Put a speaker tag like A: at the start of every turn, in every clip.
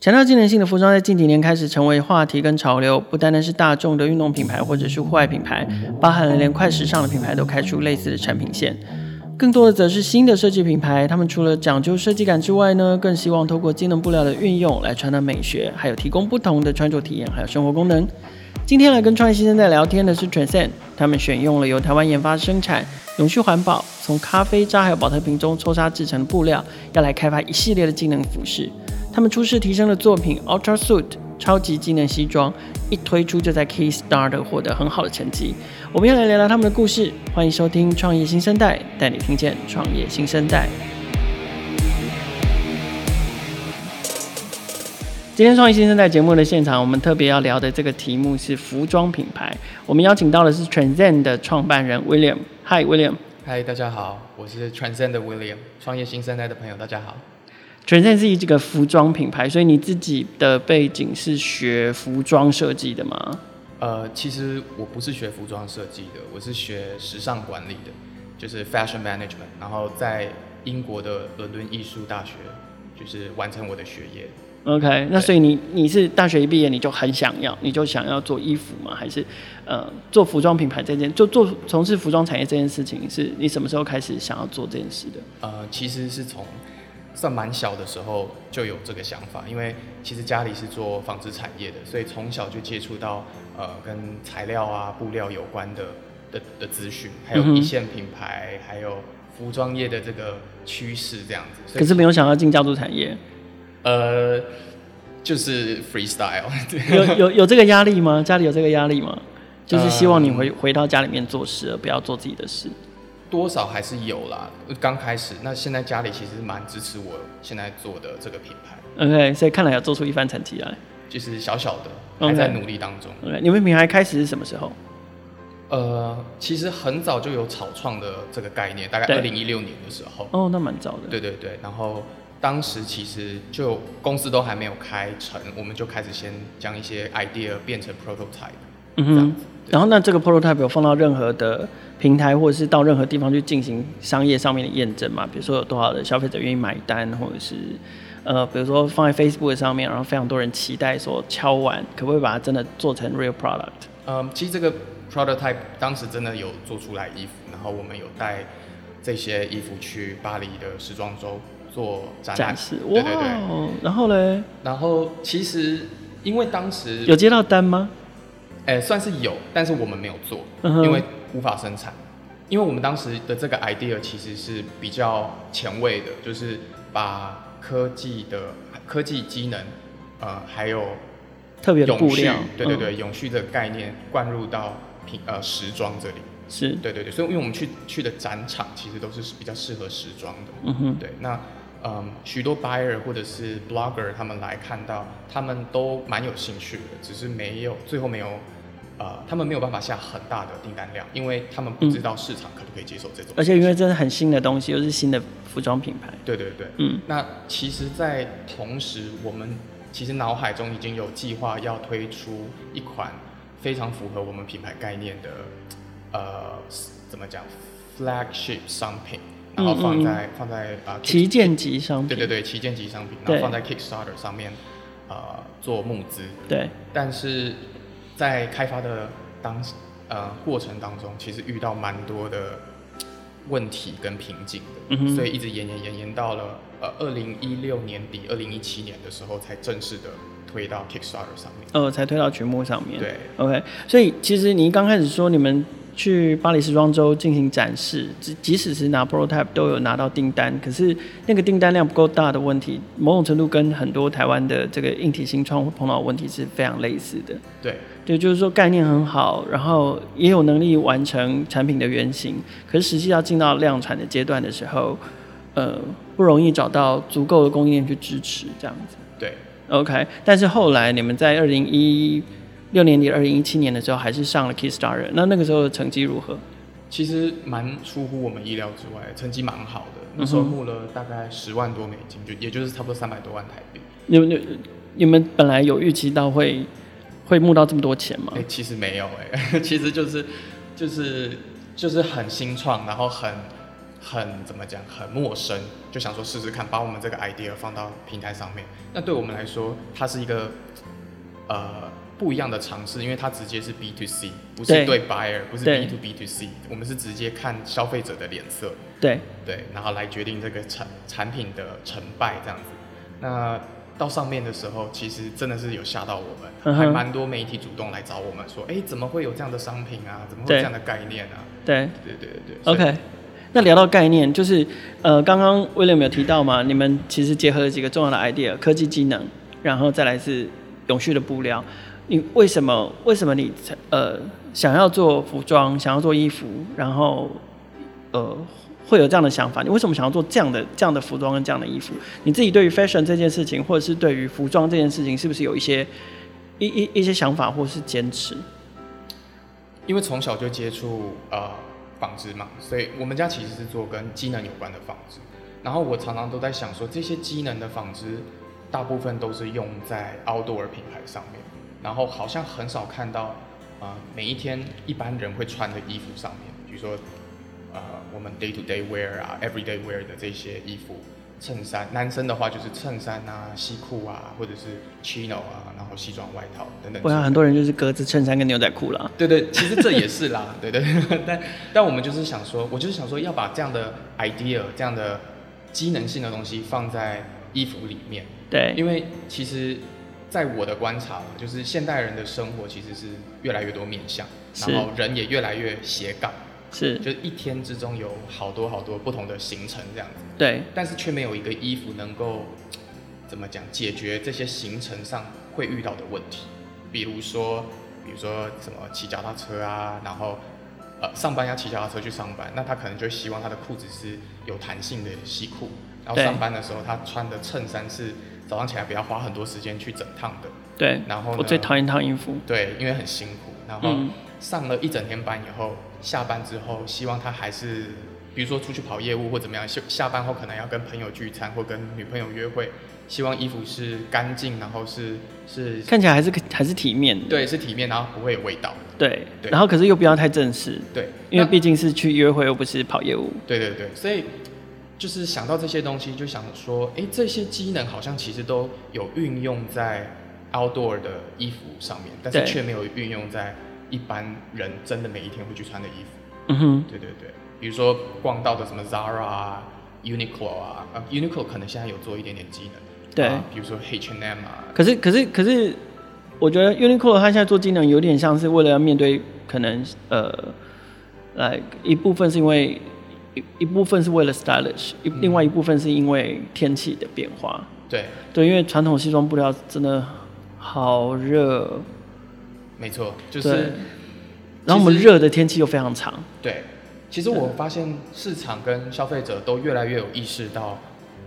A: 强调机能性的服装在近几年开始成为话题跟潮流，不单单是大众的运动品牌或者是户外品牌，包含了连快时尚的品牌都开出类似的产品线。更多的则是新的设计品牌，他们除了讲究设计感之外呢，更希望透过机能布料的运用来传达美学，还有提供不同的穿着体验，还有生活功能。今天来跟创业新生代聊天的是 Transcend，他们选用了由台湾研发生产、永续环保、从咖啡渣还有保特瓶中抽纱制成的布料，要来开发一系列的机能服饰。他们初试提升的作品 Ultra Suit 超级机能西装，一推出就在 Kickstarter 获得很好的成绩。我们要来聊聊他们的故事，欢迎收听《创业新生代》，带你听见创业新生代。今天创业新生代节目的现场，我们特别要聊的这个题目是服装品牌。我们邀请到的是 Transcend 的创办人 William。Hi William。
B: 嗨，大家好，我是 Transcend 的 William，创业新生代的朋友，大家好。
A: Transcend 是一个服装品牌，所以你自己的背景是学服装设计的吗？
B: 呃，其实我不是学服装设计的，我是学时尚管理的，就是 Fashion Management，然后在英国的伦敦艺术大学就是完成我的学业。
A: OK，那
B: 对
A: 所以你你是大学一毕业你就很想要，你就想要做衣服吗？还是呃做服装品牌这件，就做从事服装产业这件事情，是你什么时候开始想要做这件事的？
B: 呃，其实是从算蛮小的时候就有这个想法，因为其实家里是做纺织产业的，所以从小就接触到呃跟材料啊、布料有关的的的资讯，还有
A: 嗯哼
B: 一线品牌，还有服装业的这个趋势这样子。所以
A: 可是没有想要进家族产业，
B: 呃，就是 freestyle，对
A: 有有有这个压力吗？家里有这个压力吗？就是希望你回、回到家里面做事，而不要做自己的事。
B: 多少还是有啦。刚开始，那现在家里其实蛮支持我现在做的这个品牌，
A: OK，所以看来要做出一番成绩来。
B: 就是小小的
A: OK
B: 还在努力当中。
A: OK，你们品牌开始是什么时候？
B: 呃，其实很早就有草创的这个概念，大概
A: 对
B: 二零一六年的时候。
A: 哦，那蛮早的。
B: 对对对，然后当时其实就公司都还没有开成，我们就开始先将一些 idea 变成 prototype，
A: 嗯
B: 这
A: 哼
B: 样子。对
A: 然后那这个 prototype 有放到任何的平台，或者是到任何地方去进行商业上面的验证嘛？比如说有多少的消费者愿意买单，或者是呃，比如说放在 Facebook 上面，然后非常多人期待说敲完可不可以把它真的做成 real product？
B: 嗯，其实这个 prototype 当时真的有做出来衣服，然后我们有带这些衣服去巴黎的时装周做展览
A: 展示哇
B: 对对对，
A: 哦，然后嘞，
B: 然后其实因为当时
A: 有接到单吗？
B: 哎、算是有，但是我们没有做，
A: 嗯哼
B: 因为无法生产。因为我们当时的这个 idea 其实是比较前卫的，就是把科技的科技机能，呃，还有
A: 特别的布
B: 永续
A: 料，，
B: 对对
A: 嗯
B: 对，永续的概念灌入到品呃时装这里。
A: 嗯是，
B: 对对对，所以因为我们去去的展场其实都是比较适合时装的，
A: 嗯哼，
B: 对，那嗯，许多 buyer 或者是 blogger 他们来看到，他们都蛮有兴趣的，只是没有最后没有，呃，他们没有办法下很大的订单量，因为他们不知道市场可不可以接受这种。
A: 嗯而且因为真的很新的东西，又是新的服装品牌，
B: 对对对，
A: 嗯
B: 那其实，在同时，我们其实脑海中已经有计划要推出一款非常符合我们品牌概念的，呃，怎么讲，flagship 商品，然
A: 嗯
B: 后放在、放在啊、呃
A: 旗舰级商品，
B: 对对对，旗舰级商品，然
A: 对
B: 后放在 Kickstarter 上面，呃，做募资。
A: 对
B: 但是在开发的当呃过程当中，其实遇到蛮多的问题跟瓶颈的，
A: 嗯哼
B: 所以一直延延延延到了呃二零一六年底、二零一七年的时候，才正式的推到 Kickstarter 上面。
A: 呃，才推到群幕上面。
B: 对，
A: OK，所以其实你刚开始说你们去巴黎时装周进行展示，即即使是拿 prototype 都有拿到订单，可是那个订单量不够大的问题，某种程度跟很多台湾的这个硬体新创会碰到的问题是非常类似的。
B: 对，
A: 对，就是说概念很好，然后也有能力完成产品的原型，可是实际要进到量产的阶段的时候，呃，不容易找到足够的供应链去支持这样子。
B: 对，
A: OK，但是后来你们在二零一六年底、二零一七年的时候，还是上了 Kickstarter，那那个时候的成绩如何？
B: 其实蛮出乎我们意料之外，成绩蛮好
A: 嗯
B: 的。那时候募了大概十万多美金，就也就是差不多三百多万台币。
A: 你们、你们你们本来有预期到会会募到这么多钱吗
B: 哎、？其实 没有哎、其实就是就是就是很新创，然后很很怎么讲，很陌生，就想说试试看，把我们这个 idea 放到平台上面。那对我们来说，它是一个呃不一样的尝试，因为它直接是 B to C，不是
A: 对
B: 对 buyer，不是
A: 对
B: B to B to C，我们是直接看消费者的脸色，
A: 对，
B: 对，然后来决定这个产产品的成败这样子。那到上面的时候，其实真的是有吓到我们，
A: 嗯哼
B: 还蛮多媒体主动来找我们说，哎、怎么会有这样的商品啊？怎么会
A: 对
B: 有这样的概念啊？
A: 对
B: 对对对对。所以
A: ，OK。那聊到概念，就是呃，刚刚 William 有提到嘛，你们其实结合了几个重要的 idea，科技机能，然后再来是永续的布料。你为什么为什么你呃想要做服装，想要做衣服，然后呃会有这样的想法？你为什么想要做这样的这样的服装跟这样的衣服？你自己对于 fashion 这件事情，或者是对于服装这件事情，是不是有一些一一一些想法或是坚持？
B: 因为从小就接触呃纺织嘛，所以我们家其实是做跟机能有关的纺织。然后我常常都在想说，这些机能的纺织大部分都是用在 outdoor 品牌上面，然后好像很少看到啊、呃每一天一般人会穿的衣服上面，比如说呃我们 day to day wear 啊，everyday wear 的这些衣服。衬衫，男生的话就是衬衫啊、西裤啊，或者是 chino 啊，然后西装外套等等之类的。
A: 不然很多人就是格子衬衫跟牛仔裤啦。
B: 对对，其实这也是啦， 对对。但但我们就是想说，我就是想说要把这样的 idea、这样的机能性的东西放在衣服里面，
A: 对，
B: 因为其实在我的观察，就是现代人的生活其实是越来越多面向，
A: 是
B: 然后人也越来越斜杠，
A: 是
B: 就是一天之中有好多好多不同的行程这样子，
A: 对
B: 但是却没有一个衣服能够怎么讲解决这些行程上会遇到的问题，比如说，比如说什么骑脚踏车啊，然后呃上班要骑脚踏车去上班，那他可能就希望他的裤子是有弹性的西裤，然后
A: 对
B: 上班的时候他穿的衬衫是早上起来不要花很多时间去整烫的，
A: 对，
B: 然后呢
A: 我最讨厌烫衣服。
B: 对，因为很辛苦，然后
A: 嗯，
B: 上了一整天班以后，下班之后，希望他还是，比如说出去跑业务或怎么样，下下班后可能要跟朋友聚餐或跟女朋友约会，希望衣服是干净，然后是是，
A: 看起来还是还是体面的。
B: 对，是体面，然后不会有味道。
A: 对
B: 对
A: 然后可是又不要太正式，
B: 对，
A: 因为
B: 那
A: 毕竟是去约会又不是跑业务。
B: 对对对，所以就是想到这些东西，就想说，哎，这些机能好像其实都有运用在 outdoor 的衣服上面，但是
A: 对
B: 却没有运用在一般人真的每一天会去穿的衣服。
A: 嗯哼，
B: 对对对，比如说逛到的什么 Zara 啊、Uniqlo 啊，呃，Uniqlo 可能现在有做一点点机能，
A: 对
B: 啊比如说 H&M 啊，
A: 可是可是可是，我觉得 Uniqlo 它现在做机能有点像是为了要面对可能呃，来一部分是因为一一部分是为了 stylish，一、
B: 嗯
A: 另外一部分是因为天气的变化。
B: 对，
A: 对，因为传统西装布料真的好热，
B: 没错，就
A: 对
B: 是
A: 然后我们
B: 其实
A: 热的天气又非常长。
B: 对。其实我发现市场跟消费者都越来越有意识到，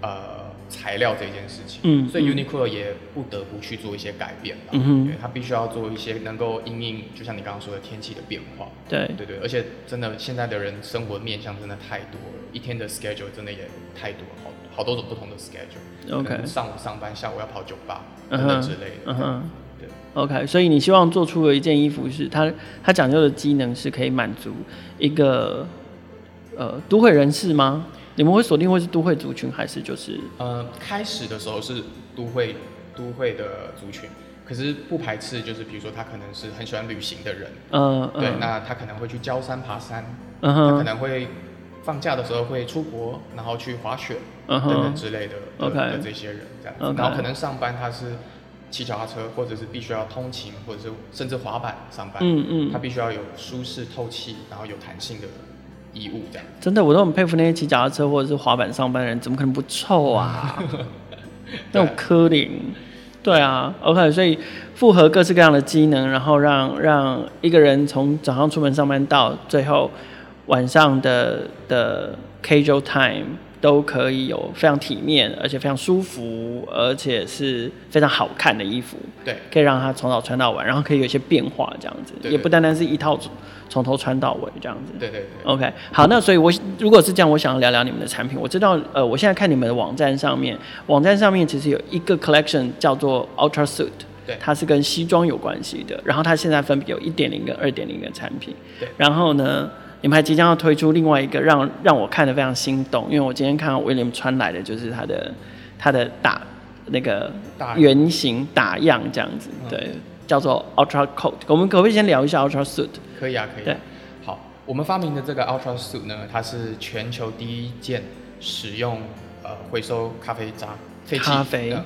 B: 呃，材料这件事情，
A: 嗯
B: 所以
A: 嗯
B: Uniqlo 也不得不去做一些改变吧，
A: 嗯哼
B: 对，它必须要做一些能够因应，就像你刚刚说的天气的变化，
A: 对
B: 对对，而且真的现在的人生活面向真的太多了，一天的 schedule 真的也太多了，好好多种不同的 schedule。
A: OK
B: 可能上午上班，下午要跑酒吧
A: 嗯哼
B: 等等之类的。
A: 嗯哼
B: 对
A: OK，所以你希望做出的一件衣服是它它讲究的机能是可以满足一个呃都会人士吗？你们会锁定会是都会族群还是就是
B: 呃，开始的时候是都会都会的族群，可是不排斥就是比如说他可能是很喜欢旅行的人，
A: 呃
B: 对，
A: 呃
B: 那他可能会去郊山爬山，
A: 嗯
B: 他可
A: 哼
B: 能会放假的时候会出国，然后去滑雪，
A: 嗯
B: 等等
A: 哼
B: 之类的的
A: OK
B: 的这些人这样子
A: OK
B: 然后可能上班他是骑脚踏车，或者是必须要通勤，或者是甚至滑板上班，
A: 嗯
B: 他
A: 嗯，
B: 必须要有舒适透气，然后有弹性的衣物这样。
A: 真的我都很佩服那些骑脚踏车或者是滑板上班的人，怎么可能不臭啊？那种科林，对啊，OK，所以复合各式各样的机能，然后让让一个人从早上出门上班到最后晚上的的 casual time 都可以有非常体面，而且非常舒服，而且是非常好看的衣服，
B: 对
A: 可以让他从早穿到晚，然后可以有一些变化，这样子，
B: 对对
A: 也不单单是一套从从头穿到尾这样子。
B: 对对对
A: OK，好，那所以我，如果是这样，我想要聊聊你们的产品。我知道，呃，我现在看你们的网站上面，网站上面其实有一个 collection 叫做 Ultra Suit，
B: 对
A: 它是跟西装有关系的。然后它现在分别有一点零跟二点零的产品。
B: 对
A: 然后呢，你们还即将要推出另外一个让让我看得非常心动，因为我今天看到威廉穿来的就是他的他的打那个
B: 打样
A: 圆形打样这样子，对，
B: 嗯
A: 叫做 Ultra Coat。我们可不可以先聊一下 Ultra Suit？
B: 可以啊，可以、
A: 对
B: 啊。好，我们发明的这个 Ultra Suit 呢，它是全球第一件使用呃回收咖啡渣、废弃
A: 咖啡
B: 呃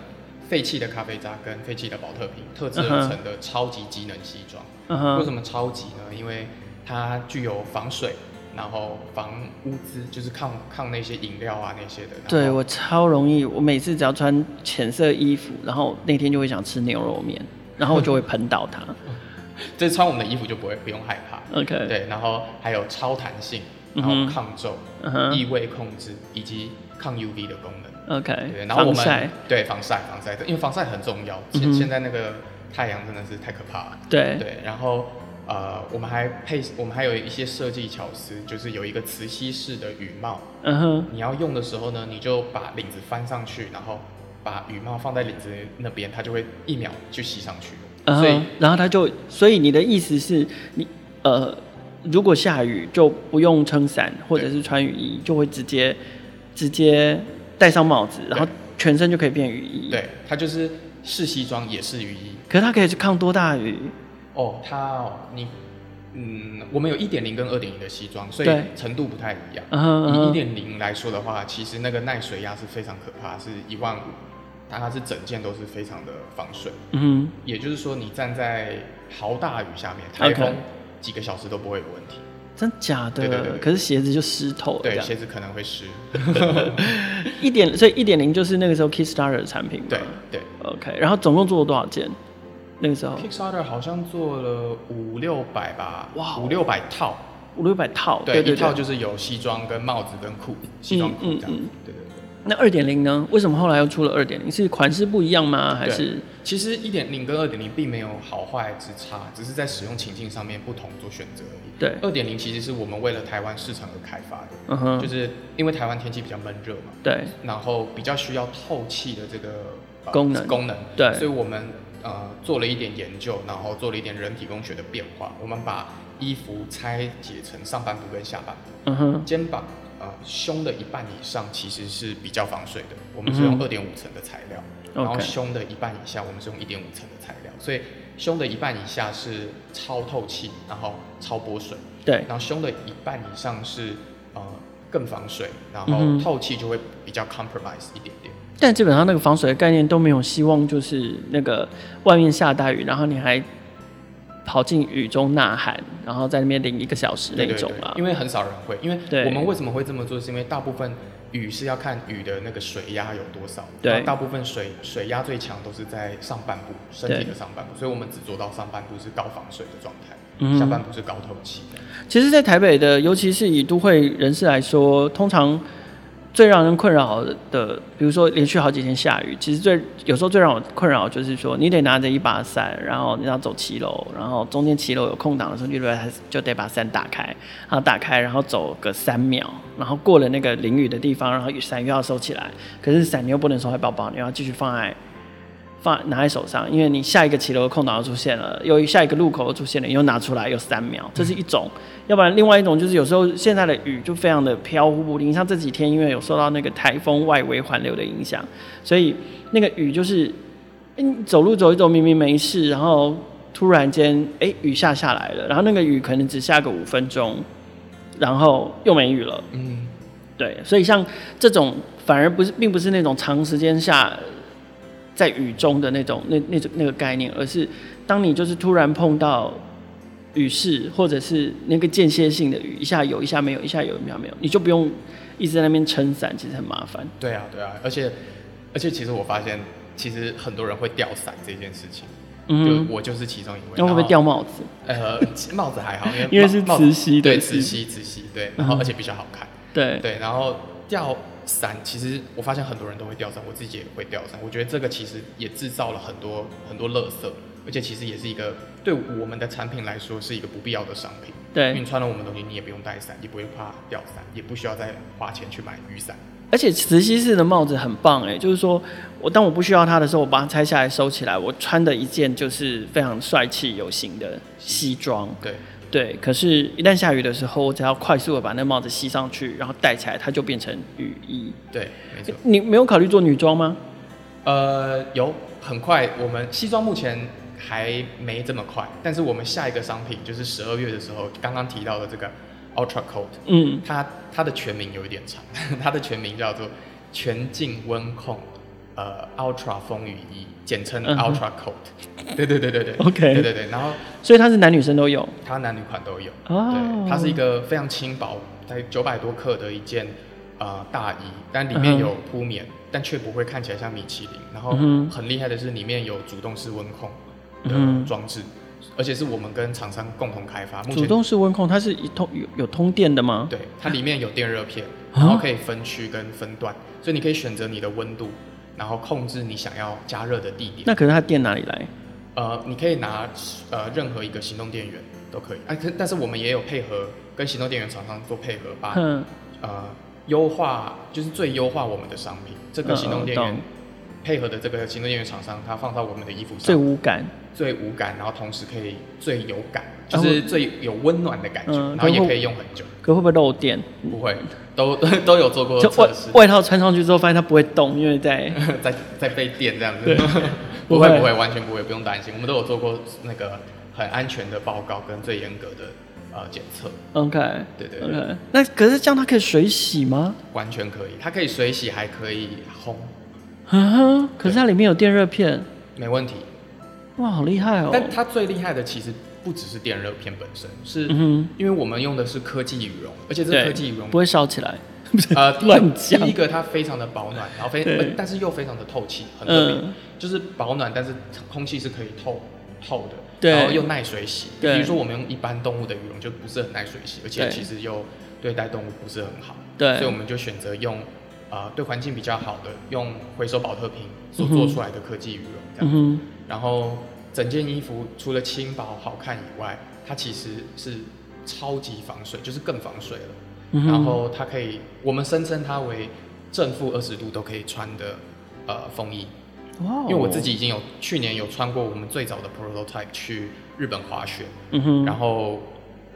B: 废弃的咖啡渣跟废弃的保特瓶特制
A: 嗯哼
B: 而成的超级机能西装。
A: 嗯
B: 为
A: 哼，
B: 什么超级呢？因为它具有防水，然后防污渍，就是抗抗那些饮料啊那些的。然后
A: 对我超容易，我每次只要穿浅色衣服，然后那天就会想吃牛肉面，然后我就 会喷到它。
B: 这穿我们的衣服就不会不用害怕。
A: OK，，
B: 对，然后还有超弹性，
A: 嗯
B: 然
A: 哼
B: 后抗皱、
A: 嗯哼
B: 异味控制以及抗 UV 的功能。对，
A: ，OK，
B: 然后我
A: 哎防
B: 们
A: 晒，
B: 对防晒防晒，因为防晒很重要。
A: 嗯哼
B: 现现在那个太阳真的是太可怕了。
A: 对，
B: 对，然后呃，我们还配我们还有一些设计巧思，就是有一个磁吸式的雨帽，
A: 嗯哼，
B: 你要用的时候呢，你就把领子翻上去，然后把羽帽放在领子那边，它就会一秒就吸上去。
A: 嗯
B: 所以
A: 哼，然后它就，所以你的意思是你呃，如果下雨就不用撑伞或者是穿雨衣，就会直接直接戴上帽子，然后全身就可以变雨衣。，
B: 对，它就是是西装也是雨衣。
A: 可是它可以去抗多大雨？
B: 哦，它哦，你嗯，我们有一点零跟二点零的西装，所以
A: 对
B: 程度不太一样。
A: 嗯哼嗯
B: 以一
A: 哼，
B: 点零来说的话，其实那个耐水压是非常可怕，是一万五，但它是整件都是非常的防水。
A: 嗯哼，
B: 也就是说，你站在豪大雨下面，台
A: OK
B: 风几个小时都不会有问题。
A: 真假的？
B: 对对对对
A: 可是鞋子就湿透了。这
B: 对，
A: 样
B: 鞋子可能会湿。
A: 一点，所以一点零就是那个时候 Kickstarter 的产品嘛。
B: 对对。
A: ，OK，然后总共做了多少件？那个时候
B: Kickstarter 好像做了五六百吧，
A: 哇
B: 五六百套，
A: 五六百套，
B: 对，
A: 对嗯
B: 一套就是有西装跟帽子跟裤子，西装裤这样子，对对对。
A: 那二点零呢？为什么后来又出了二点零？是款式不一样吗？还
B: 对
A: 是
B: 其实一点零跟二点零并没有好坏之差，只是在使用情境上面不同做选择而已。
A: 对，
B: 二点零其实是我们为了台湾市场而开发的，
A: 嗯哼，
B: 就是因为台湾天气比较闷热嘛，
A: 对
B: 然后比较需要透气的这个、呃
A: 功能
B: 功能，所
A: 对，
B: 以我们呃做了一点研究，然后做了一点人体工学的变化，我们把衣服拆解成上半部跟下半部，
A: 嗯哼，
B: 肩膀呃胸的一半以上其实是比较防水的，我们是用
A: 嗯
B: 二点五层的材料，然后
A: OK
B: 胸的一半以下我们是用一点五层的材料，所以胸的一半以下是超透气，然后超波水，
A: 对，
B: 然后胸的一半以上是呃更防水，然
A: 嗯
B: 后
A: 哼
B: 透气就会比较 compromise 一点点。
A: 但基本上那个防水的概念都没有希望，就是那个外面下大雨，然后你还跑进雨中呐喊，然后在那边淋一个小时那
B: 对对
A: 种
B: 对
A: 啊。
B: 因为很少人会，因为
A: 对
B: 我们为什么会这么做，是因为大部分雨是要看雨的那个水压有多少，
A: 对
B: 然后大部分水水压最强都是在上半部，身体的上半部，所以我们只做到上半部是高防水的状态，
A: 嗯
B: 下半部是高透气的。
A: 其实，在台北的，尤其是以都会人士来说，通常最让人困扰的，比如说连续好几天下雨，其实最有时候最让我困扰就是说，你得拿着一把伞，然后你要走骑楼，然后中间骑楼有空档的时候，你就得就得把伞打开，然后打开，然后走个三秒，然后过了那个淋雨的地方，然后雨伞又要收起来，可是伞你又不能收在包包，你要继续放在。放拿在手上，因为你下一个骑楼的空档又出现了，又下一个路口又出现了，你又拿出来又三秒，这是一种。要不然另外一种就是有时候现在的雨就非常的飘忽不定，像这几天因为有受到那个台风外围环流的影响，所以那个雨就是，嗯，走路走一走明明没事，然后突然间哎、雨下下来了，然后那个雨可能只下个五分钟，然后又没雨了。
B: 嗯，
A: 对，所以像这种反而不是，并不是那种长时间下在雨中的那种那那种那个概念，而是当你就是突然碰到雨势，或者是那个间歇性的雨，一下有，一下没有，一下有，一下没有，你就不用一直在那边撑伞，其实很麻烦。
B: 对啊，对啊，而且而且其实我发现，其实很多人会掉伞这件事情，
A: 嗯，
B: 就我就是其中一位。
A: 那会不
B: 然
A: 会
B: 后
A: 掉帽子？
B: 呃， 帽子还好，因为
A: 因为
B: 帽
A: 是
B: 帽子
A: 磁吸的
B: 对，
A: 是
B: 磁吸，磁吸，对，然后
A: 嗯
B: 而且比较好看。
A: 对，
B: 对，然后掉伞，其实我发现很多人都会掉伞，我自己也会掉伞。我觉得这个其实也制造了很多很多垃圾，而且其实也是一个对我们的产品来说是一个不必要的商品。因为
A: 对，
B: 你穿了我们的东西，你也不用带伞，也不会怕掉伞，也不需要再花钱去买雨伞。
A: 而且磁吸式的帽子很棒哎、就是说我当我不需要它的时候，我把它拆下来收起来，我穿的一件就是非常帅气有型的西装。
B: 对，
A: 对，可是，一旦下雨的时候，我只要快速的把那帽子吸上去，然后戴起来，它就变成雨衣。
B: 对，没错。
A: 你没有考虑做女装吗？
B: 呃，有很快，我们西装目前还没这么快，但是我们下一个商品就是十二月的时候刚刚提到的这个 Ultra Coat，
A: 嗯，
B: 它它的全名有一点长，它的全名叫做全境温控呃 Ultra 风雨衣，简称
A: 嗯哼
B: Ultra Coat、对对对对对
A: OK
B: 对对对。然后
A: 所以它是男女生都有。
B: 它男女款都有，
A: 哦
B: 对，它是一个非常轻薄，在九百多克的一件呃大衣，但里
A: 嗯
B: 面
A: 哼
B: 有铺棉，但却不会看起来像米其林。然后
A: 嗯哼
B: 很厉害的是，里面有主动式温控
A: 嗯哼
B: 的装置，而且是我们跟厂商共同开发。目
A: 主
B: 前
A: 动式温控，它是一通有有通电的吗？
B: 对，它里面有电热片，
A: 啊
B: 然后可以分区跟分段，所以你可以选择你的温度，然后控制你想要加热的地点。
A: 那可是它电哪里来？
B: 呃，你可以拿呃任何一个行动电源都可以，哎、可但是我们也有配合跟行动电源厂商做配合，把
A: 哼，
B: 呃优化就是最优化我们的商品。这个行动电
A: 嗯
B: 源
A: 懂
B: 配合的这个行动电源厂商，它放到我们的衣服
A: 最
B: 上，
A: 无感，
B: 最无感，然后同时可以最有感，
A: 啊
B: 就
A: 我
B: 是最有温暖的感觉，
A: 嗯
B: 然后也
A: 可
B: 可以用很久，
A: 可会不会漏电？
B: 不会，都 都有做过
A: 就外
B: 嗯测试，
A: 外套穿上去之后，发现它不会动，因为在
B: 在在被电这样子
A: 对，
B: 不
A: 不
B: 会
A: 会
B: 不会，完全不会，不用担心。我们都有做过那个很安全的报告跟最严格的呃检测，
A: OK
B: 对对对，
A: OK。那可是这样，它可以水洗吗？
B: 完全可以。它可以水洗，还可以烘，
A: 啊，可是它里面有电热片，
B: 没问题。
A: 哇，好厉害哦！
B: 但它最厉害的其实不只是电热片本身，是
A: 嗯
B: 因为我们用的是科技羽绒，而且
A: 哼，
B: 这
A: 对，
B: 科技羽绒
A: 不会烧起来，
B: 呃，第一个
A: 乱讲
B: 第一个它非常的保暖，然后非
A: 对
B: 呃但是又非常的透气，很特别，
A: 嗯，
B: 就是保暖，但是空气是可以透透的，
A: 对
B: 然后又耐水洗。比
A: 对
B: 如说我们用一般动物的羽绒就不是很耐水洗，而且
A: 对
B: 其实又对待动物不是很好，所以
A: 对，
B: 我们就选择用呃对环境比较好的，用回收保特瓶所做出来的科技羽绒这样。
A: 嗯哼，
B: 然后整件衣服除了轻薄好看以外，它其实是超级防水，就是更防水了。
A: 嗯哼
B: 然后它可以，我们声称它为正负二十度都可以穿的呃风衣，
A: 哇哦
B: 因为我自己，已经有去年有穿过我们最早的 prototype 去日本滑雪，
A: 嗯哼，
B: 然后我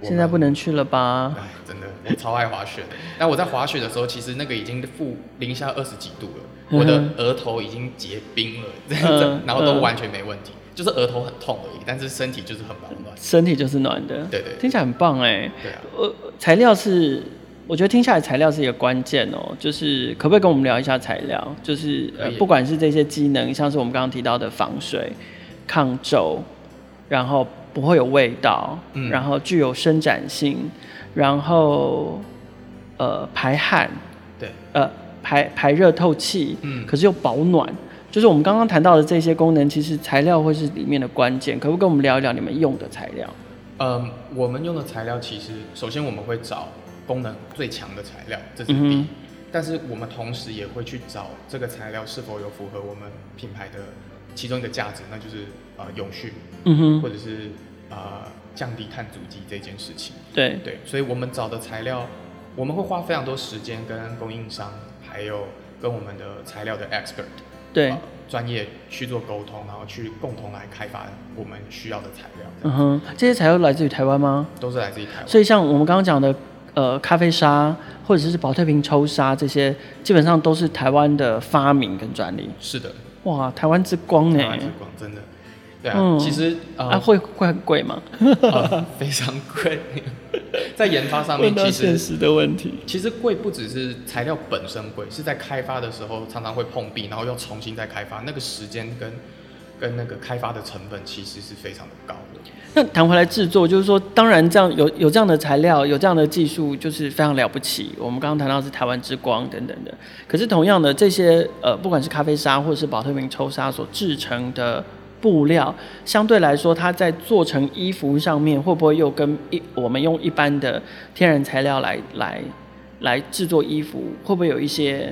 A: 现在不
B: 们。
A: 能去了吧？
B: 哎，真的，我超爱滑雪的。那我在滑雪的时候，其实那个已经负零下二十几度了，我的
A: 嗯
B: 额头已经结冰了，
A: 嗯
B: 然后都
A: 嗯
B: 完全没问题，就是额头很痛而已，但是身体就是很保暖。
A: 身体就是暖的，
B: 对对
A: 听起来很棒哎。
B: 对啊，
A: 呃，材料是，我觉得听下来材料是一个关键哦、就是可不可以跟我们聊一下材料？就是、呃
B: 可以
A: 不管是这些机能，像是我们刚刚提到的防水、抗皱，然后不会有味道，
B: 嗯
A: 然后具有伸展性，然后呃排汗，
B: 对，
A: 呃排排热透气，
B: 嗯
A: 可是又保暖。就是我们刚刚谈到的这些功能，其实材料会是里面的关键。可不可以跟我们聊一聊你们用的材料？
B: 嗯，我们用的材料其实，首先我们会找功能最强的材料，这是
A: 嗯哼
B: 第一。但是我们同时也会去找这个材料是否有符合我们品牌的其中一个价值，那就是呃永续，
A: 嗯哼，
B: 或者是呃降低碳足迹这件事情。
A: 对，
B: 对，所以我们找的材料，我们会花非常多时间跟供应商，还有跟我们的材料的 expert，
A: 对
B: 呃，专、业去做沟通，然后去共同来开发我们需要的材料，
A: 嗯哼，这些材料来自于台湾吗？
B: 都是来自于台湾。
A: 所以像我们刚刚讲的，呃，咖啡沙或者是保特瓶抽沙这些，基本上都是台湾的发明跟专利。
B: 是的，
A: 哇，台湾之光
B: 台
A: 呢？
B: 湾之光真的，对啊，
A: 嗯
B: 其实呃、
A: 啊，会会很贵吗？
B: 呃非常贵， 在研发上面其实。
A: 实的问题。
B: 其实贵不只是材料本身贵，是在开发的时候常常会碰壁，然后又重新再开发，那个时间跟跟那个开发的成本其实是非常的高的。
A: 那谈回来制作，就是说，当然这样有有这样的材料，有这样的技术，就是非常了不起。我们刚刚谈到是台湾之光等等的，可是同样的这些呃，不管是咖啡沙或者是保特瓶抽沙所制成的布料，相对来说，它在做成衣服上面，会不会又跟一我们用一般的天然材料来来来制作衣服，会不会有一些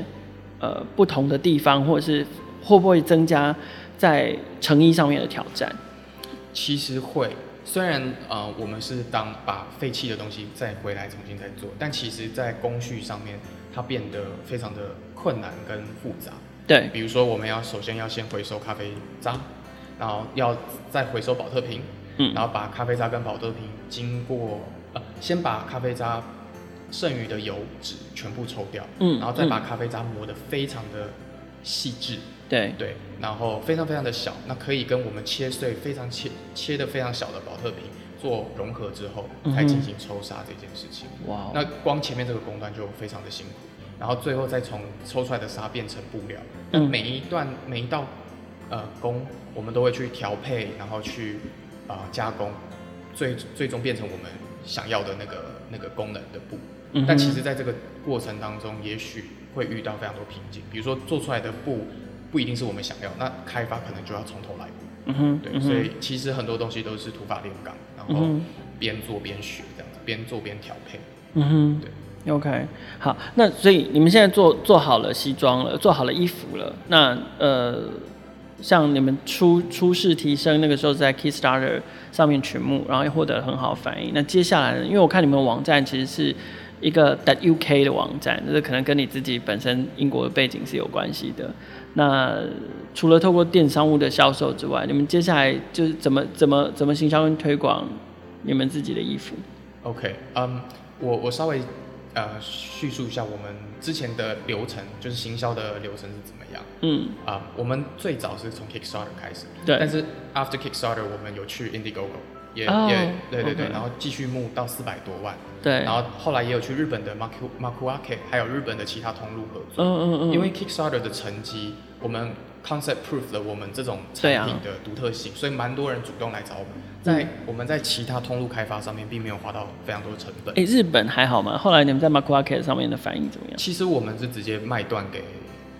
A: 呃不同的地方，或者是会不会增加在成衣上面的挑战？
B: 其实会，虽然呃我们是当把废弃的东西再回来重新再做，但其实在工序上面它变得非常的困难跟复杂。
A: 对，
B: 比如说我们要首先要先回收咖啡渣，然后要再回收保特瓶，
A: 嗯
B: 然后把咖啡渣跟保特瓶经过呃，先把咖啡渣剩余的油脂全部抽掉，
A: 嗯
B: 然后再把咖啡渣磨得非常的细致，
A: 对，
B: 对，然后非常非常的小，那可以跟我们切碎非常切切的非常小的保特瓶做融合之后，
A: 嗯
B: 才进行抽杀这件事情。
A: 哇哦
B: 那光前面这个工段就非常的辛苦，然后最后再从抽出来的沙变成布料。那
A: 嗯
B: 每一段每一道呃工，我们都会去调配，然后去啊、呃加工，最最终变成我们想要的那个那个功能的布。
A: 嗯哼
B: 但其实在这个过程当中，也许会遇到非常多瓶颈，比如说做出来的布不一定是我们想要，那开发可能就要从头来过。
A: 嗯哼，
B: 对，
A: 嗯哼
B: 所以其实很多东西都是土法炼钢，然
A: 嗯
B: 后
A: 哼
B: 边做边学这样子，边做边调配。
A: 嗯
B: 对。
A: 哼，OK，好，那所以你们现在做做好了西装了，做好了衣服了，那呃，像你们初初试提升那个时候是在 Kickstarter 上面群募，然后也获得了很好的反应。那接下来呢，因为我看你们的网站其实是一个 that UK 的网站，就是可能跟你自己本身英国的背景是有关系的。那除了透过电商务的销售之外，你们接下来就是怎么怎么怎么行销跟推广你们自己的衣服？
B: OK，嗯、我我稍微呃叙述一下我们之前的流程，就是行销的流程是怎么样。
A: 嗯，
B: 啊、我们最早是从 Kickstarter 开始，
A: 对
B: 但是 after Kickstarter 我们有去 Indiegogo，也、
A: 哦
B: 也对对对
A: OK
B: 然后继续募到四百多万，
A: 对，
B: 然后后来也有去日本的 Maku Makuake，还有日本的其他通路合作。
A: 嗯嗯嗯，
B: 因为 Kickstarter 的成绩，我们 concept proof 了我们这种产
A: 对啊嗯
B: 品的独特性，所以蛮多人主动来找我们。在、我们在其他通路开发上面，并没有花到非常多的成本。
A: 诶，日本还好吗？后来你们在 m a k u a k e 上面的反应怎么样
B: 其实我们是直接卖断给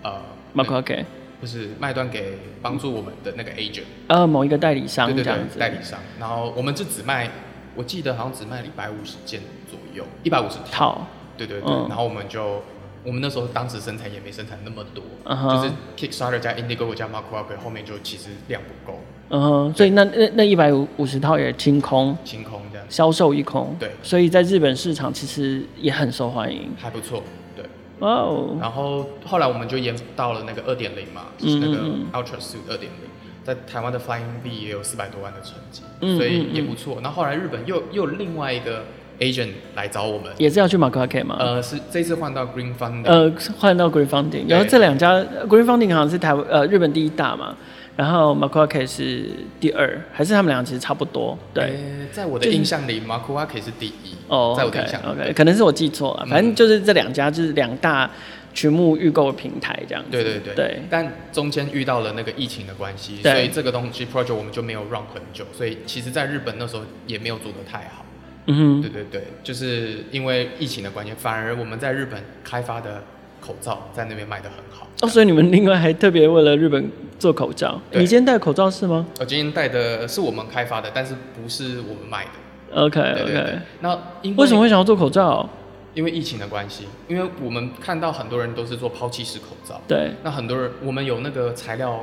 B: 呃
A: m a k u a k e
B: 不是卖断给帮助我们的那个 agent，、
A: 呃，某一个代理商
B: 对
A: 这
B: 对对
A: 样，子，
B: 代理商。然后我们就只卖，我记得好像只卖一百五十件左右，一百五十套。
A: 套，
B: 对对对，
A: 嗯
B: 然后我们就。我们那时候当时生产也没生产那么多
A: 嗯哼
B: 就是 Kickstarter 加 Indiegogo 加 m a r k w a k 后面就其实量不够，
A: 嗯哼，所以那那那一百五五十套也清空，
B: 清空这样
A: 销售一空，
B: 对
A: 所以在日本市场其实也很受欢迎，
B: 还不错。对，
A: 哇哦，
B: 然后后来我们就延到了那个二点零嘛，就是那个
A: 嗯
B: Ultra Suit 二点零，在台湾的 Flying V 也有四百多万的成绩，
A: 嗯
B: 所以
A: 嗯
B: 也不错。那后来日本又又有另外一个 agent 来找我们，
A: 也是要去 m a k u a k e 吗？
B: 呃，是这次换到 Green Fund，、
A: 呃，换到 Green Funding，然后这两家呃 Green Funding 好像是台湾呃日本第一大嘛，然后 m a k u a k e 是第二，还是他们俩其实差不多？对，
B: 呃在我的
A: 就是
B: 印象里 m a r k w a k 是第一，
A: 哦
B: 在我的印象里
A: OK，OK，可能是我记错了，
B: 嗯
A: 反正就是这两家就是两大群募预购平台这样子。
B: 对对对
A: 对
B: 但中间遇到了那个疫情的关系，
A: 对
B: 所以这个东西 project 我们就没有 run 很久，所以其实在日本那时候也没有做得太好。
A: 嗯
B: 对对对，就是因为疫情的关系，反而我们在日本开发的口罩在那边卖的很好。
A: 哼，哦，所以你们另外还特别为了日本做口罩，
B: 对
A: 你今天戴口罩是吗
B: 我今天戴的是我们开发的，但是不是我们卖的。
A: ？OK
B: 对对对
A: OK，。
B: 那因为
A: 为什么会想要做口罩？
B: 因为疫情的关系，因为我们看到很多人都是做抛弃式口罩，
A: 对，
B: 那很多人我们有那个材料，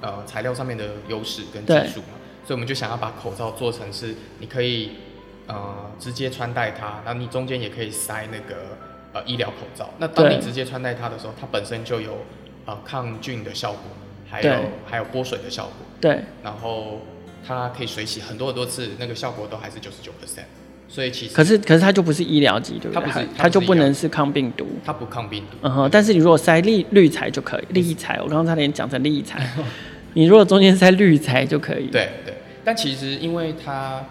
B: 呃，材料上面的优势跟技
A: 对
B: 术嘛，所以我们就想要把口罩做成是你可以呃直接穿戴它，然后你中间也可以塞那个呃医疗口罩。那当
A: 对
B: 你直接穿戴它的时候，它本身就有呃抗菌的效果，还有
A: 对
B: 还有拨水的效果，
A: 对，
B: 然后它可以水洗很多很多次，那个效果都还是九十九 percent。所以其实
A: 可是可是它就不是医疗级，对
B: 它
A: 对？
B: 不是
A: 它
B: 它
A: 它就
B: 不
A: 不
B: 是医疗
A: 能是抗病毒。
B: 它不抗病毒，
A: 嗯哼，但是你如果塞绿绿 材就可以，绿材，我刚刚差点讲成绿材。你如果中间塞绿材就可以。，
B: 对对，但其实因为它，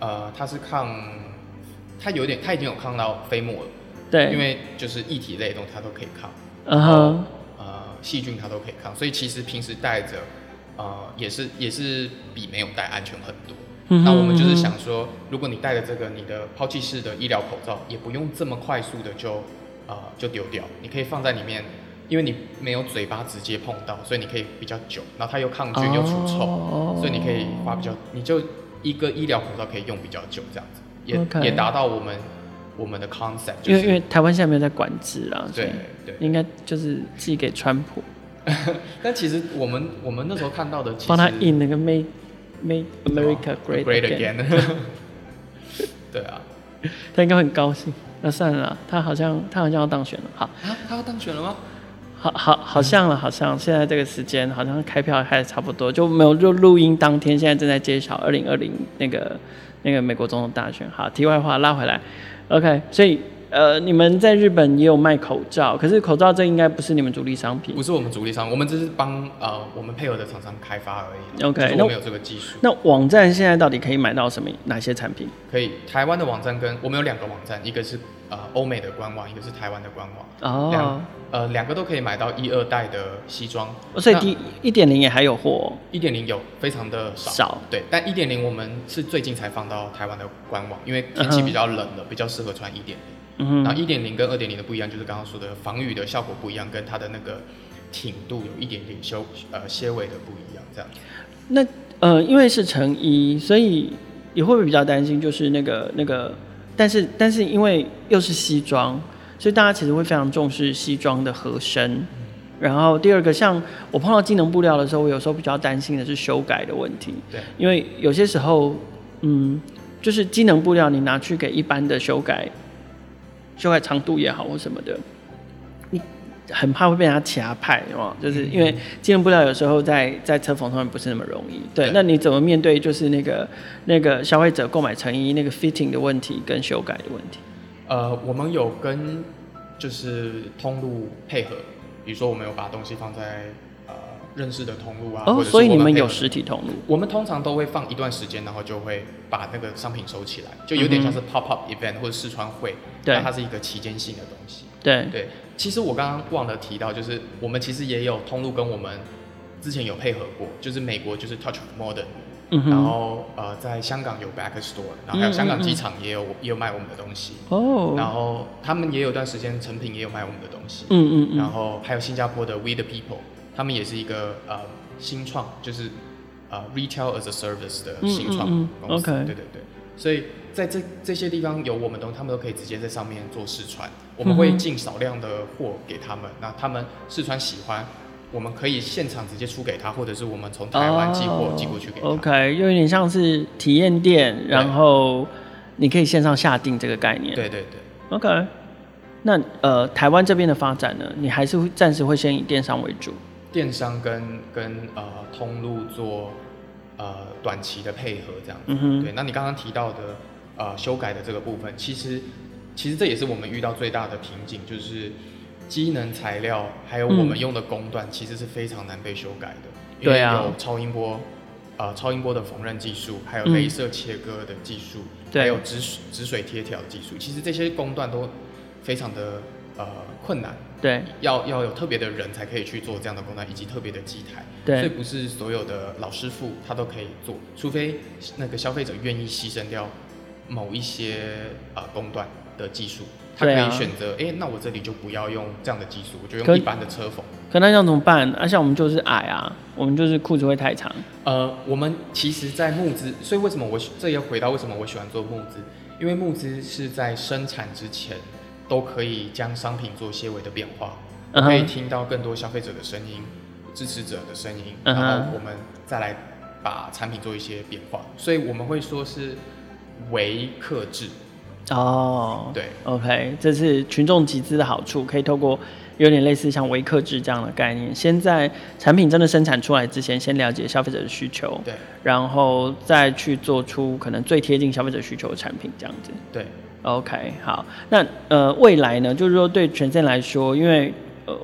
B: 呃，它是抗，它有点，它已经有抗到飞沫了，
A: 对，
B: 因为就是液体类的东西它都可以抗，
A: 嗯哼，
B: 呃，细菌它都可以抗，所以其实平时带着，呃，也是也是比没有带安全很多。
A: 嗯哼
B: 那我们就是
A: 嗯哼
B: 想说，如果你戴了这个你的抛弃式的医疗口罩，也不用这么快速的就，呃，就丢掉，你可以放在里面。因为你没有嘴巴直接碰到，所以你可以比较久，然后它又抗菌又除臭，
A: 哦
B: 所以你可以花比较，你就一个医疗口罩可以用比较久，这样子也
A: OK
B: 也达到我们我们的 concept，
A: 因
B: 就
A: 为因
B: 是
A: 为台湾现在没有在管制啦，所以
B: 对对。
A: 应该就是寄给川普，
B: 但其实我们我们那时候看到的，其实
A: 帮他印那个 Make Make
B: 什么
A: America Great
B: Great
A: Again，
B: Again，对啊，
A: 他应该会很高兴。那算了啦，他好像他好像要当选了。好，
B: 啊，他要当选了吗？
A: 好好好像了，好像现在这个时间好像开票开的差不多，就没有就录音当天，现在正在揭晓二零二零那个那个美国总统大选。好，题外话拉回来，OK，所以呃，你们在日本也有卖口罩，可是口罩这应该不是你们主力商品
B: 不。是我们主力商，我们只是帮呃我们配合的厂商开发而已。
A: OK，
B: 就是
A: 那
B: 我们有这个技术，
A: 那网站现在到底可以买到什么哪些产品？
B: 可以。台湾的网站跟我们有两个网站，一个是呃欧美的官网，一个是台湾的官网，
A: 哦哦
B: 两，呃两个都可以买到一二代的西装。
A: 所以
B: 那
A: 第一点零也还有货
B: 一点零有非常的少，
A: 少
B: 对，但一点零我们是最近才放到台湾的官网，因为天气
A: 嗯哼
B: 比较冷了，比较适合穿一点零。
A: 嗯
B: 然
A: 哼，
B: 后一点零跟二点零的不一样，就是刚刚说的防雨的效果不一样，跟它的那个挺度有一点点修呃些微的不一样，这样子。
A: 那呃，因为是成衣，所以你会不会比较担心？就是那个那个，但是但是因为又是西装，所以大家其实会非常重视西装的合身。然后第二个，像我碰到机能布料的时候，我有时候比较担心的是修改的问题，
B: 对，
A: 因为有些时候，嗯，就是机能布料你拿去给一般的修改，修改长度也好或什么的，你很怕会被人家掐派，是吗？
B: 嗯
A: 就是因为机能布料有时候在在车缝上面不是那么容易。对，
B: 对
A: 那你怎么面对就是那个那个消费者购买成衣那个 fitting 的问题跟修改的问题？
B: 呃，我们有跟就是通路配合，比如说我们有把东西放在呃认识的通路啊，或
A: 哦，
B: 者是
A: 所以
B: 我
A: 你
B: 们
A: 们
B: 配合
A: 有实体通路。
B: 我们通常都会放一段时间，然后就会把那个商品收起来，就有点像是 pop up event 或者试穿会，
A: 嗯对
B: 那它是一个期间性的东西。
A: 对，
B: 对，其实我刚刚忘了提到，就是我们其实也有通路跟我们之前有配合过，就是美国就是 Touch of Modern，、
A: 嗯哼，
B: 然
A: 嗯
B: 后呃在香港有 Back Store，然后还有香港机场也有、也有卖我们的东西，然
A: 哦，
B: 后他们也有段时间成品也有卖我们的东西，
A: 嗯嗯
B: 然
A: 嗯，
B: 后还有新加坡的 We the People，他们也是一个呃新创，就是呃 Retail as a Service 的新创
A: 嗯嗯嗯
B: 公司。
A: OK
B: 对对对，所以在这这些地方有我们东西，他们都可以直接在上面做试穿。我们
A: 嗯
B: 会
A: 哼
B: 进少量的货给他们，那他们试穿喜欢，我们可以现场直接出给他，或者是我们从台湾寄货寄过去给他。
A: 哦 OK，又有点像是体验店，然后你可以线上下定这个概念。
B: 对对对，
A: OK，那呃，台湾这边的发展呢，你还是会暂时会先以电商为主。
B: 电商跟跟呃通路做呃短期的配合这样子。
A: 嗯哼，
B: 对，那你刚刚提到的呃修改的这个部分，其实其实这也是我们遇到最大的瓶颈，就是机能材料还有我们
A: 嗯
B: 用的工段，其实是非常难被修改的，因
A: 对
B: 为
A: 啊
B: 有超音波。呃，超音波的缝纫技术，还有
A: 嗯
B: 镭射切割的技术，
A: 对
B: 还有止水止水贴条技术，其实这些工段都非常的呃困难，
A: 对
B: 要要有特别的人才可以去做这样的工段，以及特别的机台。所
A: 对，
B: 以不是所有的老师傅他都可以做，除非那个消费者愿意牺牲掉某一些呃工段的技术，他可
A: 对啊
B: 以选择，哎、那我这里就不要用这样的技术，我就
A: 可
B: 用一般的车缝。
A: 可那这样怎么办？啊，像我们就是矮啊，我们就是裤子会太长。
B: 呃，我们其实，在募资，所以为什么我喜这也回到为什么我喜欢做募资，因为募资是在生产之前都可以将商品做些微的变化，
A: 嗯
B: 可以
A: 哼，
B: 听到更多消费者的声音、支持者的声音，
A: 嗯
B: 然
A: 哼
B: 后我们再来把产品做一些变化，所以我们会说是微克制，
A: 哦，
B: 对，
A: OK，这是群众集资的好处，可以透过有点类似像微克制这样的概念，先在产品真的生产出来之前，先了解消费者的需求，
B: 对，
A: 然后再去做出可能最贴近消费者需求的产品这样子。
B: 对，
A: OK，好，那呃，未来呢，就是说对全线来说，因为呃，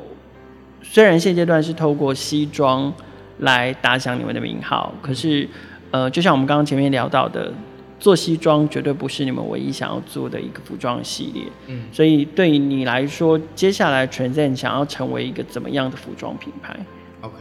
A: 虽然现阶段是透过西装来打响你们的名号，可是呃，就像我们刚刚前面聊到的，做西装绝对不是你们唯一想要做的一个服装系列，
B: 嗯，
A: 所以对于你来说，接下来全线想要成为一个怎么样的服装品牌？
B: OK，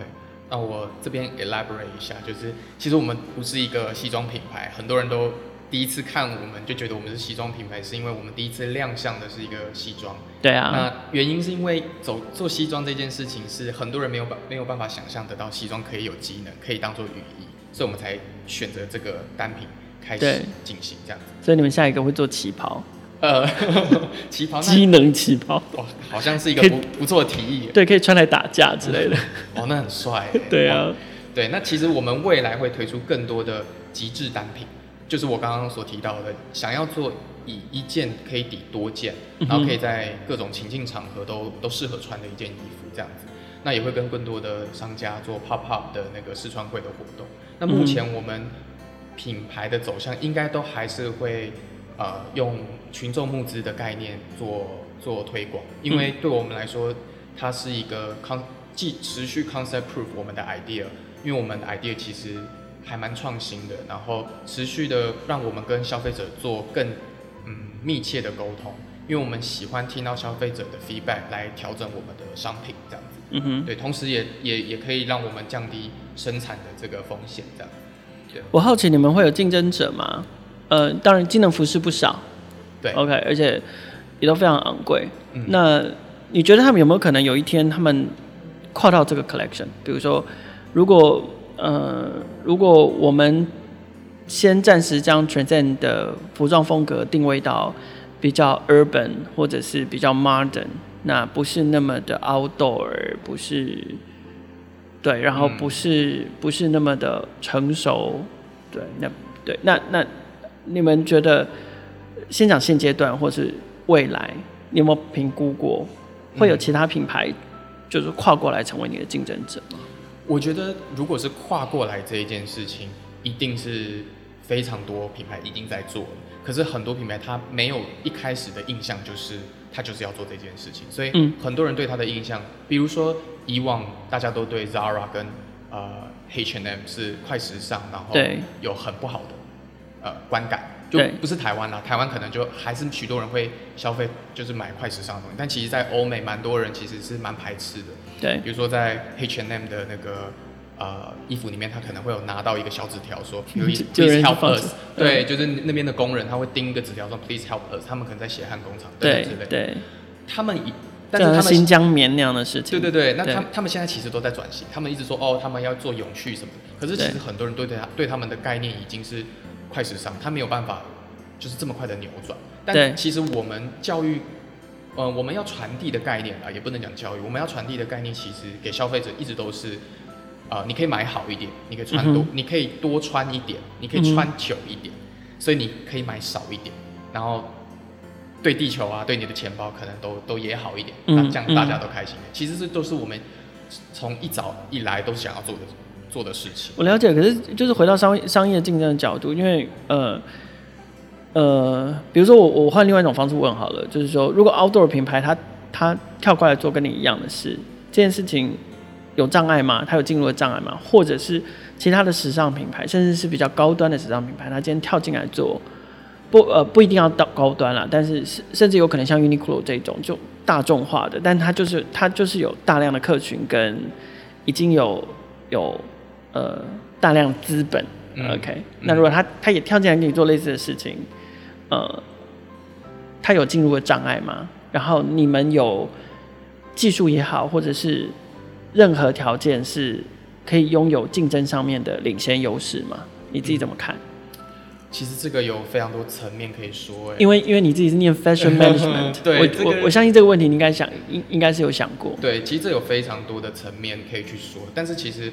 B: 那我这边 elaborate 一下，就是其实我们不是一个西装品牌，很多人都第一次看我们就觉得我们是西装品牌，是因为我们第一次亮相的是一个西装。
A: 对啊，
B: 那原因是因为走做西装这件事情是很多人没有办没有办法想象得到西装可以有机能，可以当做雨衣，所以我们才选择这个单品开
A: 对
B: 始进行这样子。
A: 所以你们下一个会做旗袍，
B: 呃， 旗袍
A: 机
B: 那
A: 能旗袍，
B: 哇，好像是一个
A: 可以
B: 不不错的提议耶，
A: 对，可以穿来打架之 类的，。
B: 哦，那很帅耶
A: 对啊，
B: 对，那其实我们未来会推出更多的极致单品，就是我刚刚所提到的，想要做以一件可以抵多件，然后可以在各种情境场合都都适合穿的一件衣服这样子。那也会跟更多的商家做 pop up 的那个试穿会的活动。那目前我们品牌的走向应该都还是会呃用群众募资的概念做做推广，因为对我们来说，它是一个 con 既持续 concept proof 我们的 idea，因为我们的 idea 其实还蛮创新的，然后持续的让我们跟消费者做更嗯密切的沟通，因为我们喜欢听到消费者的 feedback 来调整我们的商品这样子。
A: 嗯哼。
B: 对，同时也也也可以让我们降低生产的这个风险，这样。
A: 我好奇你们会有竞争者吗？呃，当然，机能服饰不少，
B: 对
A: ，OK，而且也都非常昂贵。
B: 嗯
A: 那你觉得他们有没有可能有一天他们跨到这个 collection？比如说，呃如果呃，如果我们先暂时将 Transcend 的服装风格定位到比较 urban 或者是比较 modern，那不是那么的 outdoor，不是对，然后
B: 嗯
A: 不是、不是那么的成熟，对，那对，那那你们觉得先讲现阶段或是未来，你有没有评估过会有其他品牌就是跨过来成为你的竞争者吗？
B: 我觉得如果是跨过来这一件事情，一定是非常多品牌已经在做了。可是很多品牌它没有一开始的印象，就是它就是要做这件事情，所以
A: 嗯
B: 很多人对它的印象，比如说以往大家都对 Zara 跟呃 H&M 是快时尚，然后
A: 对
B: 有很不好的呃观感，就
A: 对
B: 不是台湾啦，台湾可能就还是许多人会消费，就是买快时尚的东西，但其实在欧美蛮多人其实是蛮排斥的。
A: 对
B: 比如说在 H&M 的那个呃衣服里面，他可能会有拿到一个小纸条 说，Please
A: 就有人
B: please help
A: 放嗯
B: us。
A: 对
B: 对，就是那边的工人他会钉一个纸条说 Please help us，他们可能在血汗工厂等
A: 对
B: 等之类的。
A: 对，
B: 他们以，但
A: 像
B: 是他
A: 新
B: 们
A: 疆棉那样的事情，
B: 对对对，那
A: 对
B: 他他们现在其实都在转型，他们一直说哦，他们要做永续什么的，可是其实
A: 对
B: 很多人对他对他们的概念已经是快时尚，他没有办法就是这么快的扭转。
A: 对
B: 但其实我们教育，呃，我们要传递的概念啊，也不能讲教育，我们要传递的概念其实给消费者一直都是，啊，你可以买好一点，你可以穿多，
A: 嗯哼
B: 你可以多穿一点，你可
A: 嗯
B: 以
A: 哼
B: 穿久一点，所以你可以买少一点，然后对地球啊，对你的钱包可能都都也好一点，
A: 嗯
B: 那这样大
A: 嗯
B: 家都开心。其实这都是我们从一早一来都想要做的做的事情。
A: 我了解，可是就是回到商业商业竞争的角度，因为呃呃，比如说我我换另外一种方式问好了，就是说，如果 outdoor 品牌它它跳过来做跟你一样的事，这件事情有障碍吗？它有进入的障碍吗？或者是其他的时尚品牌，甚至是比较高端的时尚品牌，它今天跳进来做，不呃不一定要到高端啦，但是甚甚至有可能像 Uniqlo 这种就大众化的，但它就是它就是有大量的客群跟已经有有呃大量资本、
B: 嗯
A: o k
B: 嗯
A: 那如果他他也跳进来跟你做类似的事情，呃，他有进入的障碍吗？然后你们有技术也好，或者是任何条件是可以拥有竞争上面的领先优势吗？你自己怎么看？
B: 嗯其实这个有非常多层面可以说、欸，
A: 因为因为你自己是念 fashion management，
B: 对
A: 我、
B: 这个
A: 我我相信这个问题你应该想应应该是有想过，
B: 对，其实这有非常多的层面可以去说，但是其实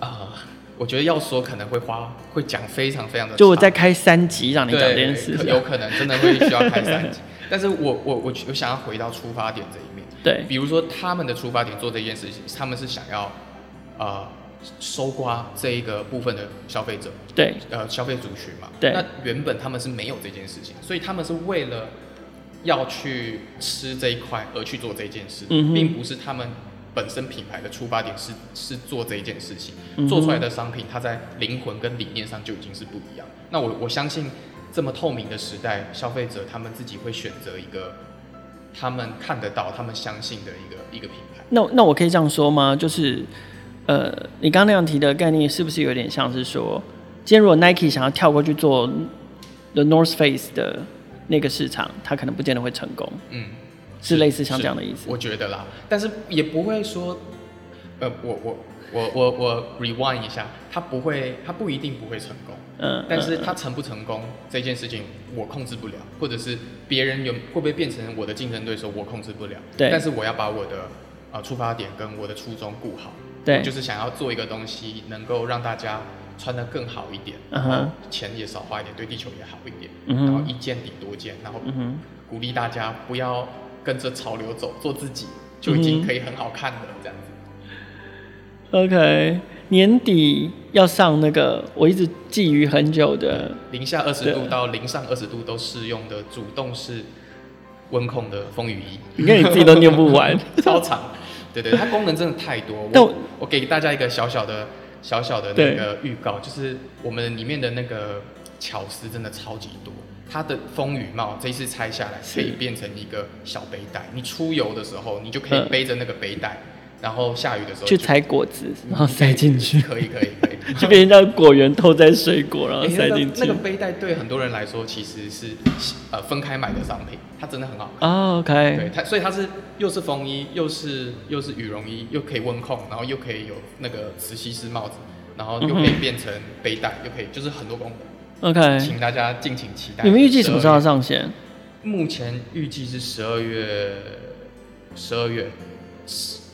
B: 啊、我觉得要说可能会花会讲非常非常的，
A: 就我再开三集让你讲这件事
B: 可
A: 情，
B: 有可能真的会需要开三集。 但是我我我我想要回到出发点这一面，
A: 对
B: 比如说他们的出发点做这件事情，他们是想要呃收刮这一个部分的消费者，
A: 对
B: 呃消费族群嘛。
A: 对
B: 那原本他们是没有这件事情，所以他们是为了要去吃这一块而去做这件事，
A: 嗯哼
B: 并不是他们本身品牌的出发点是是做这一件事情，
A: 嗯哼
B: 做出来的商品它在灵魂跟理念上就已经是不一样。那我我相信这么透明的时代，消费者他们自己会选择一个。他们看得到、他们相信的一个一个品牌，
A: 那那我可以这样说吗？就是，呃，你刚刚那样提的概念，是不是有点像是说，今天如果 Nike 想要跳过去做 The North Face 的那个市场，它可能不见得会成功，
B: 嗯，
A: 是类似像这样的意思。
B: 我觉得啦，但是也不会说，呃，我我我我我 rewind 一下，他不会，他不一定不会成功，
A: 嗯，
B: 但是
A: 嗯
B: 他成不成功这件事情我控制不了，或者是别人有会不会变成我的竞争对手，我控制不了。
A: 对
B: 但是我要把我的呃出发点跟我的初衷顾好，
A: 对
B: 我就是想要做一个东西，能够让大家穿得更好一点，
A: 嗯哼
B: 然后钱也少花一点，对地球也好一点，
A: 嗯哼
B: 然后一件抵多件，然后
A: 嗯哼嗯
B: 鼓励大家不要跟着潮流走，做自己就已经可以很好看了，这样子。
A: OK，年底要上那个我一直觊觎很久的，
B: 零下二十
A: 对
B: 度到零上二十度都适用的主动式温控的风雨衣，
A: 你看你自己都念不 完。
B: 超长。对对，它功能真的太多。
A: 但
B: 我
A: 我
B: 我给大家一个小小的、小小的
A: 对
B: 那个预告，就是我们里面的那个巧思真的超级多。它的风雨帽这一次拆下来，
A: 是
B: 可以变成一个小背带。你出游的时候，你就可以
A: 嗯
B: 背着那个背带，然后下雨的时候
A: 去
B: 就
A: 采果子，然后塞进 去，
B: 可以可以可 以。
A: 就变成像果园偷摘水果，然后
B: 欸
A: 塞
B: 那个
A: 进去
B: 那个。背带对很多人来说其实是呃分开买的商品，它真的很好看。
A: 啊
B: 对
A: OK，
B: 它，所以它是又是风衣，又是又是羽绒衣，又可以温控，然后又可以有那个磁吸式帽子，然后
A: 嗯
B: 又可以变成背带，又可以就是很多功能，
A: ，OK，
B: 请大家敬请期待。
A: 你们预计什么时候要
B: 12月？
A: 上线？
B: 目前预计是十二月十二月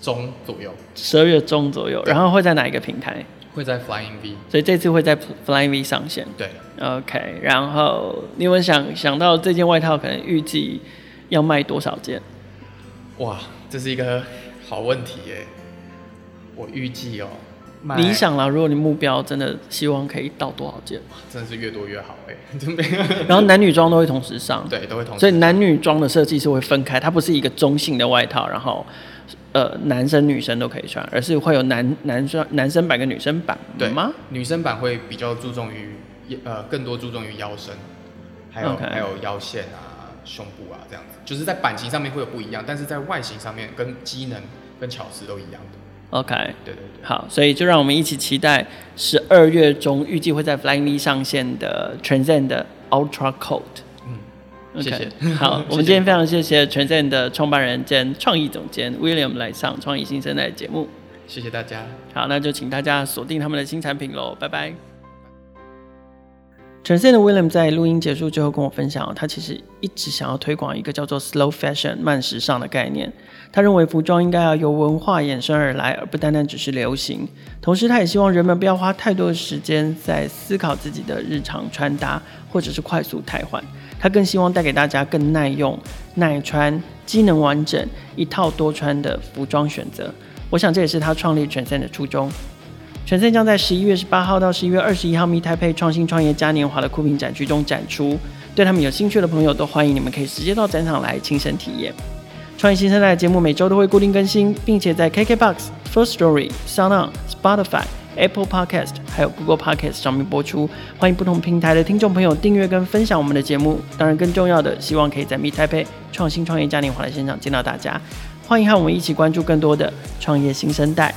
B: 中左右，
A: 十二月中左右，
B: 对
A: 然后会在哪一个平台？
B: 会在 Flying V。
A: 所以这次会在 Flying V 上线。
B: 对，
A: OK，然后你有没有想想到这件外套可能预计要卖多少件？
B: 哇，这是一个好问题耶。我预计哦，卖
A: 理想啦，如果你目标真的希望可以到多少 件，
B: 真的是越多越好哎， 真的。
A: 然后男女装都会同时上，
B: 对，都会同
A: 所以
B: 时。
A: 男女装的设计是会分开，它不是一个中性的外套，然后呃男生女生都可以穿，而是会有男男生男生版跟女生版，
B: 对
A: 吗？？
B: 女生版会比较注重于呃，更多注重于腰身，还有
A: OK
B: 还有腰线啊、胸部啊这样子，就是在版型上面会有不一样，但是在外形上面跟机能跟巧思都一样的。
A: OK，
B: 对对对，
A: 好，所以就让我们一起期待十二月中预计会在 Flying V 上线的 Transcend 的 Ultra Coat。
B: 嗯
A: OK，
B: 谢谢。
A: 好，我们今天非常谢谢 Transcend 的创办人兼创意总监 William 来上创意新生代的节目。
B: 谢谢大家。
A: 好，那就请大家锁定他们的新产品喽，拜拜。Transcend 的 William 在录音结束之后跟我分享哦，他其实一直想要推广一个叫做 slow fashion 慢时尚的概念。他认为服装应该要由文化衍生而来，而不单单只是流行。同时，他也希望人们不要花太多的时间在思考自己的日常穿搭，或者是快速汰换。他更希望带给大家更耐用、耐穿、机能完整、一套多穿的服装选择。我想这也是他创立 Transcend 的初衷。全森将在十一月十八号到十一月二十一号密台配创新创业嘉年华的酷品展区中展出。对他们有兴趣的朋友，都欢迎你们可以直接到展场来亲身体验。创业新生代的节目每周都会固定更新，并且在 KKBOX、First Story、Sound On、Spotify、Apple Podcast 还有 Google Podcast 上面播出。欢迎不同平台的听众朋友订阅跟分享我们的节目。当然，更重要的，希望可以在 Meet Taipei 创新创业嘉年华的现场见到大家。欢迎和我们一起关注更多的创业新生代。